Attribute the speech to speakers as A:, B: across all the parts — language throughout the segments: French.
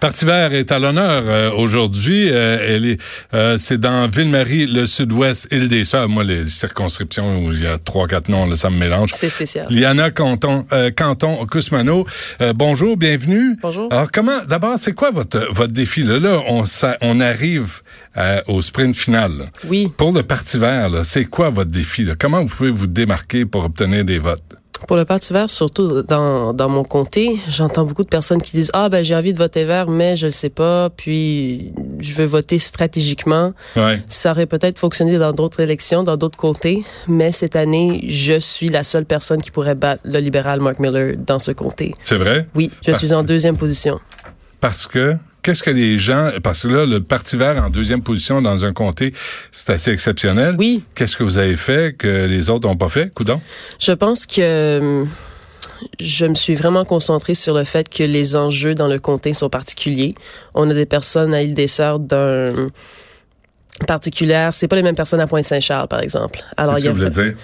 A: Parti vert est à l'honneur euh, aujourd'hui. Euh, elle est, euh, c'est dans Ville-Marie, le Sud-Ouest, île des Sœurs. Moi, les circonscriptions où il y a trois, quatre noms, là, ça me mélange.
B: C'est spécial.
A: Liana Canton, euh, Canton Cusmano. bonjour, bienvenue.
B: Bonjour.
A: Alors, comment, d'abord, c'est quoi votre votre défi là Là, on ça, on arrive euh, au sprint final. là.
B: Oui.
A: Pour le Parti vert, là, c'est quoi votre défi là? Comment vous pouvez vous démarquer pour obtenir des votes
B: Pour le Parti vert, surtout dans, dans mon comté, j'entends beaucoup de personnes qui disent Ah, ben j'ai envie de voter vert, mais je le sais pas, puis je veux voter stratégiquement.
A: Ouais.
B: Ça aurait peut-être fonctionné dans d'autres élections, dans d'autres comtés, mais cette année, je suis la seule personne qui pourrait battre le libéral Mark Miller dans ce comté.
A: C'est vrai
B: Oui, je suis en deuxième position.
A: Parce que qu'est-ce que les gens parce que là le parti vert en deuxième position dans un comté, c'est assez exceptionnel.
B: Oui,
A: Qu'est-ce que vous avez fait que les autres n'ont pas fait, coudon
B: Je pense que hum, je me suis vraiment concentrée sur le fait que les enjeux dans le comté sont particuliers. On a des personnes à île des sœurs d'un particulière, c'est pas les mêmes personnes à Pointe-Saint-Charles par exemple. Alors
A: Qu'est-ce
B: il
A: que
B: y
A: vous voulez
B: a,
A: dire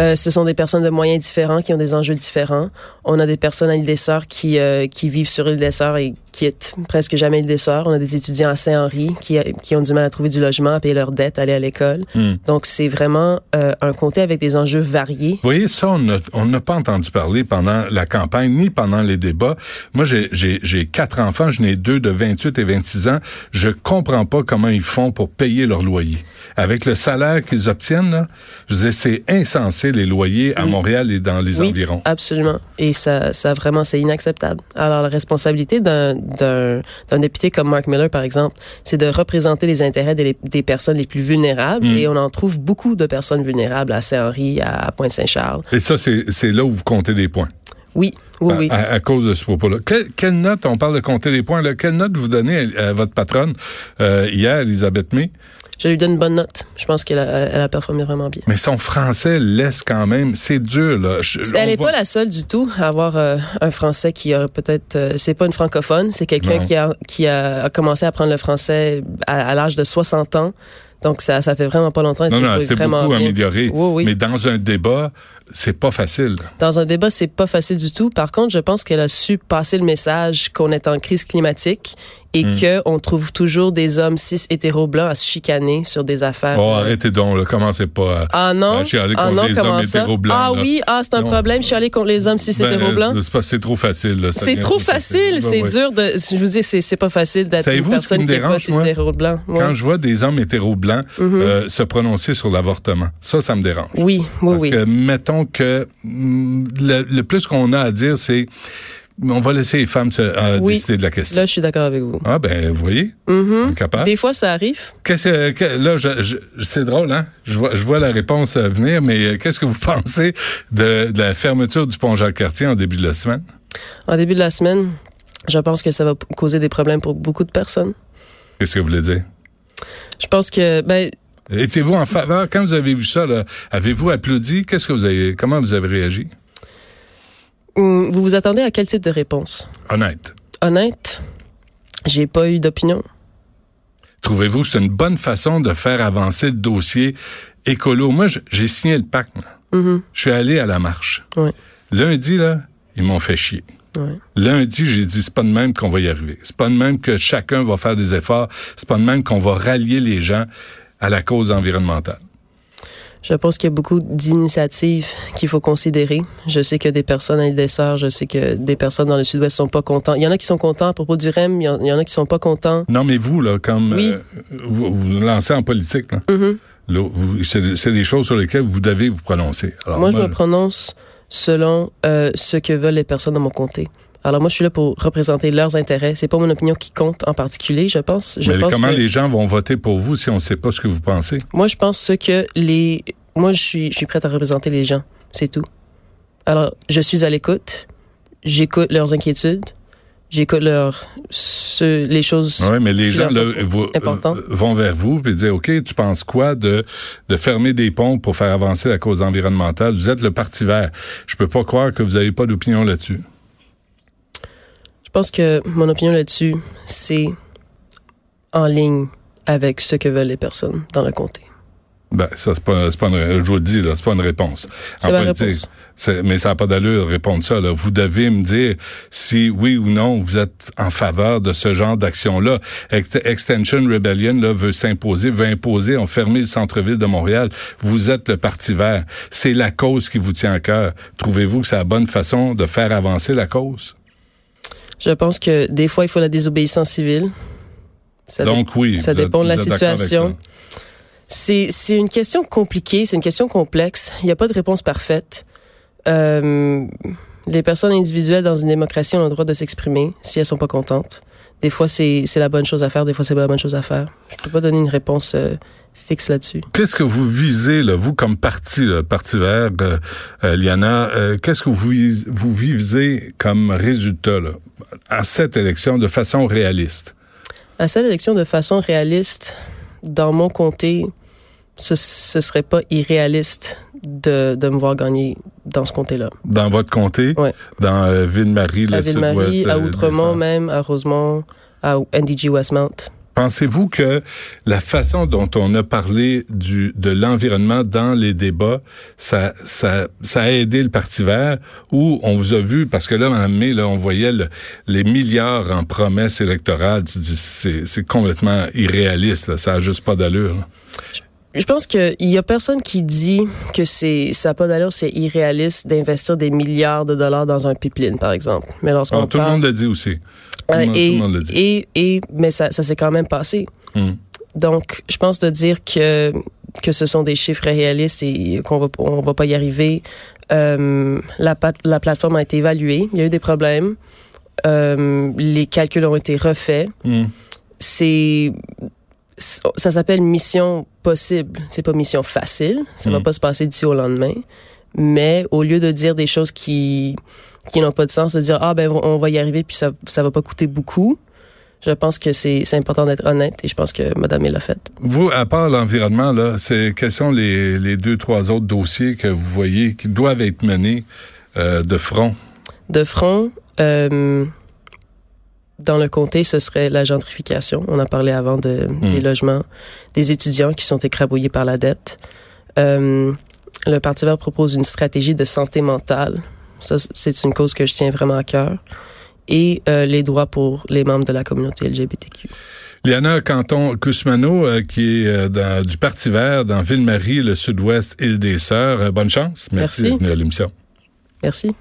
B: euh, ce sont des personnes de moyens différents qui ont des enjeux différents. On a des personnes à île des sœurs qui euh, qui vivent sur île des sœurs et quittent presque jamais île des sœurs. On a des étudiants à Saint-Henri qui qui ont du mal à trouver du logement, à payer leurs dettes, aller à l'école.
A: Hmm.
B: Donc c'est vraiment euh, un comté avec des enjeux variés.
A: Vous voyez, ça, on n'a on n'a pas entendu parler pendant la campagne ni pendant les débats. Moi, j'ai- j'ai j'ai quatre enfants, j'en ai deux de 28 et 26 ans. Je comprends pas comment ils font pour payer leur loyer. Avec le salaire qu'ils obtiennent, là, je disais, c'est insensé les loyers à Montréal et dans les
B: Oui,
A: environs.
B: Absolument. Et ça, ça vraiment, c'est inacceptable. Alors, la responsabilité d'un, d'un, d'un député comme Mark Miller, par exemple, c'est de représenter les intérêts des, des personnes les plus vulnérables.
A: Mm.
B: Et on en trouve beaucoup de personnes vulnérables à Saint-Henri, à Pointe-Saint-Charles.
A: Et ça, c'est c'est là où vous comptez des points,
B: Oui, oui,
A: à-
B: oui.
A: à, à cause de ce propos-là. Quelle, quelle note, on parle de compter les points, là, quelle note vous donnez à, à votre patronne euh, hier, Elisabeth May?
B: Je lui donne une bonne note. Je pense qu'elle a, elle a performé vraiment bien.
A: Mais son français laisse quand même, c'est dur, là. Je- on
B: Elle n'est
A: voit-
B: pas la seule du tout à avoir euh, un français qui aurait peut-être. euh, c'est pas une francophone, c'est quelqu'un
A: Non.
B: qui a qui a, a commencé à apprendre le français à, à l'âge de 60 ans. Donc ça ça fait vraiment pas longtemps. elle
A: Non,
B: se
A: non,
B: débrouille
A: c'est
B: vraiment
A: beaucoup hein,
B: bien.
A: amélioré.
B: Oui, oui.
A: Mais dans un débat, c'est pas facile.
B: Dans un débat, c'est pas facile du tout. Par contre, je pense qu'elle a su passer le message qu'on est en crise climatique et
A: Hmm.
B: que on trouve toujours des hommes cis hétéro blancs à se chicaner sur des affaires.
A: Oh, arrêtez donc, là, commencez pas. à-
B: Ah non,
A: Ah, je suis allé
B: ah
A: contre
B: non,
A: les
B: comment
A: hommes
B: ça
A: hétéros blancs,
B: Ah
A: là.
B: oui, ah c'est un
A: Non.
B: problème. Je suis allé contre les hommes cis
A: Ben,
B: hétéro blancs.
A: euh, c'est pas- c'est trop facile. là, ça
B: C'est
A: devient
B: trop facile,
A: Ben,
B: c'est
A: ouais.
B: dur de. Je vous dis, c'est c'est pas facile d'être une
A: Savez-vous ce qui
B: personne
A: me
B: qui est pas
A: dérange, moi?
B: hétéro blanc. Ouais. Mm-hmm.
A: Quand je vois des hommes hétéros blancs euh, se prononcer sur l'avortement, ça, ça me dérange.
B: Oui, oui,
A: Parce
B: oui.
A: que, mettons que mm, le, le plus qu'on a à dire, c'est on va laisser les femmes se, euh,
B: Oui.
A: décider de la question.
B: Là, je suis d'accord avec vous.
A: Ah, ben, vous voyez,
B: Mhm.
A: on est capable.
B: Des fois, ça arrive.
A: Qu'est-ce que, que- là, je, je- c'est drôle, hein? Je vois, je vois la réponse euh, venir, mais euh, qu'est-ce que vous pensez de, de la fermeture du pont Jacques-Cartier en début de la semaine?
B: En début de la semaine, je pense que ça va p- causer des problèmes pour beaucoup de personnes.
A: Qu'est-ce que vous voulez dire?
B: Je pense que, ben,
A: Étiez-vous en faveur? Quand vous avez vu ça, là, avez-vous applaudi? Qu'est-ce que vous avez, comment vous avez réagi?
B: hum, vous vous attendez à quel type de réponse
A: Honnête.
B: Honnête, j'ai pas eu d'opinion.
A: Trouvez-vous que c'est une bonne façon de faire avancer le dossier écolo? Moi, je- j'ai signé le pacte. là.
B: Mhm.
A: Je suis allé à la marche.
B: Ouais.
A: Lundi, là, ils m'ont fait chier.
B: Ouais.
A: Lundi, j'ai dit, c'est pas de même qu'on va y arriver. C'est pas de même que chacun va faire des efforts. C'est pas de même qu'on va rallier les gens à la cause environnementale.
B: Je pense qu'il y a beaucoup d'initiatives qu'il faut considérer. Je sais que des personnes à l'île des Sœurs, je sais que des personnes dans le Sud-Ouest sont pas contents. Il y en a qui sont contents à propos du REM, il y en il y en a qui sont pas contents.
A: Non, mais vous, là, comme
B: Oui.
A: euh, vous, vous vous lancez en politique, là,
B: Mhm.
A: là, vous- c'est c'est des choses sur lesquelles vous devez vous prononcer. Alors,
B: moi, je me
A: je-
B: prononce selon euh, ce que veulent les personnes dans mon comté. Alors moi, je suis là pour représenter leurs intérêts. C'est pas mon opinion qui compte en particulier, je pense. Je
A: mais
B: pense
A: comment
B: que-
A: les gens vont voter pour vous si on ne sait pas ce que vous pensez?
B: Moi, je pense ce que les... Moi, je suis, je suis prête à représenter les gens. C'est tout. Alors, je suis à l'écoute. J'écoute leurs inquiétudes. J'écoute leurs... ce- les choses...
A: Oui, mais les
B: Qui
A: gens
B: leur
A: là,
B: sont
A: vous-
B: importants.
A: euh, vont vers vous et disent, OK, tu penses quoi de, de fermer des ponts pour faire avancer la cause environnementale? Vous êtes le parti vert. Je peux pas croire que vous n'avez pas d'opinion là-dessus.
B: Je pense que mon opinion là-dessus, c'est en ligne avec ce que veulent les personnes dans le comté.
A: Ben, ça, c'est pas, c'est pas une, je vous le dis, là, c'est pas une réponse.
B: C'est ma réponse.
A: c'est- mais ça n'a pas d'allure de répondre ça, là. Vous devez me dire si oui ou non vous êtes en faveur de ce genre d'action-là. Ext- Extension Rebellion, là, veut s'imposer, veut imposer, on ferme le centre-ville de Montréal. Vous êtes le parti vert. C'est la cause qui vous tient à cœur. Trouvez-vous que c'est la bonne façon de faire avancer la cause?
B: Je pense que des fois, il faut la désobéissance civile. Ça dé-
A: Donc oui.
B: ça
A: vous êtes-
B: dépend de la
A: vous êtes d'accord avec
B: situation.
A: ça.
B: C'est c'est une question compliquée, c'est une question complexe. Il n'y a pas de réponse parfaite. Euh, les personnes individuelles dans une démocratie ont le droit de s'exprimer si elles sont pas contentes. Des fois, c'est c'est la bonne chose à faire, des fois, c'est pas la bonne chose à faire. Je peux pas donner une réponse euh, fixe là-dessus.
A: Qu'est-ce que vous visez, là, vous, comme parti, là, Parti vert, euh, euh, Liana, euh, qu'est-ce que vous, vis- vous visez comme résultat là, à cette élection de façon réaliste?
B: À cette élection, de façon réaliste, dans mon comté, ce, ce serait pas irréaliste de, de me voir gagner dans ce comté-là.
A: Dans votre comté,
B: Ouais.
A: dans euh, Ville-Marie,
B: À
A: le
B: Ville-Marie,
A: sud-ouest,
B: à
A: euh,
B: Outremont
A: le centre.
B: même, à Rosemont, à NDG Westmount.
A: Pensez-vous que la façon dont on a parlé du, de l'environnement dans les débats, ça, ça, ça a aidé le Parti vert ou on vous a vu, parce que là, en mai, là, on voyait le- les milliards en promesses électorales, tu dis, c'est c'est complètement irréaliste, là, ça n'a juste pas d'allure. là.
B: Je pense qu'il y a personne qui dit que c'est ça n'a pas d'allure, c'est irréaliste d'investir des milliards de dollars dans un pipeline, par exemple. Mais lorsqu'on
A: Alors, Ah, tout le
B: parle-
A: monde le dit aussi. Tout le
B: Euh,
A: monde- tout
B: et,
A: le monde le dit.
B: et, et- mais ça, ça s'est quand même passé.
A: Hmm.
B: Donc, je pense de dire que, que ce sont des chiffres réalistes et qu'on va, on va pas y arriver. Euh, la, pat- la plateforme a été évaluée. Il y a eu des problèmes. Euh, les calculs ont été refaits.
A: Hmm.
B: C'est, ça s'appelle mission possible. C'est pas mission facile. Ça va
A: Mm.
B: pas se passer d'ici au lendemain. Mais au lieu de dire des choses qui, qui n'ont pas de sens, de dire, ah, ben, on va y arriver puis ça, ça va pas coûter beaucoup. Je pense que c'est, c'est important d'être honnête et je pense que madame elle l'a fait.
A: Vous, à part l'environnement, là, c'est quels sont les, les deux, trois autres dossiers que vous voyez qui doivent être menés euh, de front?
B: De front, euh, dans le comté, ce serait la gentrification. On en parlait avant de, des logements des étudiants qui sont écrabouillés par la dette. Euh, le Parti vert propose une stratégie de santé mentale. Ça, c'est une cause que je tiens vraiment à cœur. Et euh, les droits pour les membres de la communauté LGBTQ.
A: Liana Canton Cusmano, euh, qui est euh, dans- du Parti vert dans Ville-Marie, le sud-ouest, île des Sœurs. Euh, bonne chance. Merci,
B: Merci.
A: d'être venu à l'émission.
B: Merci.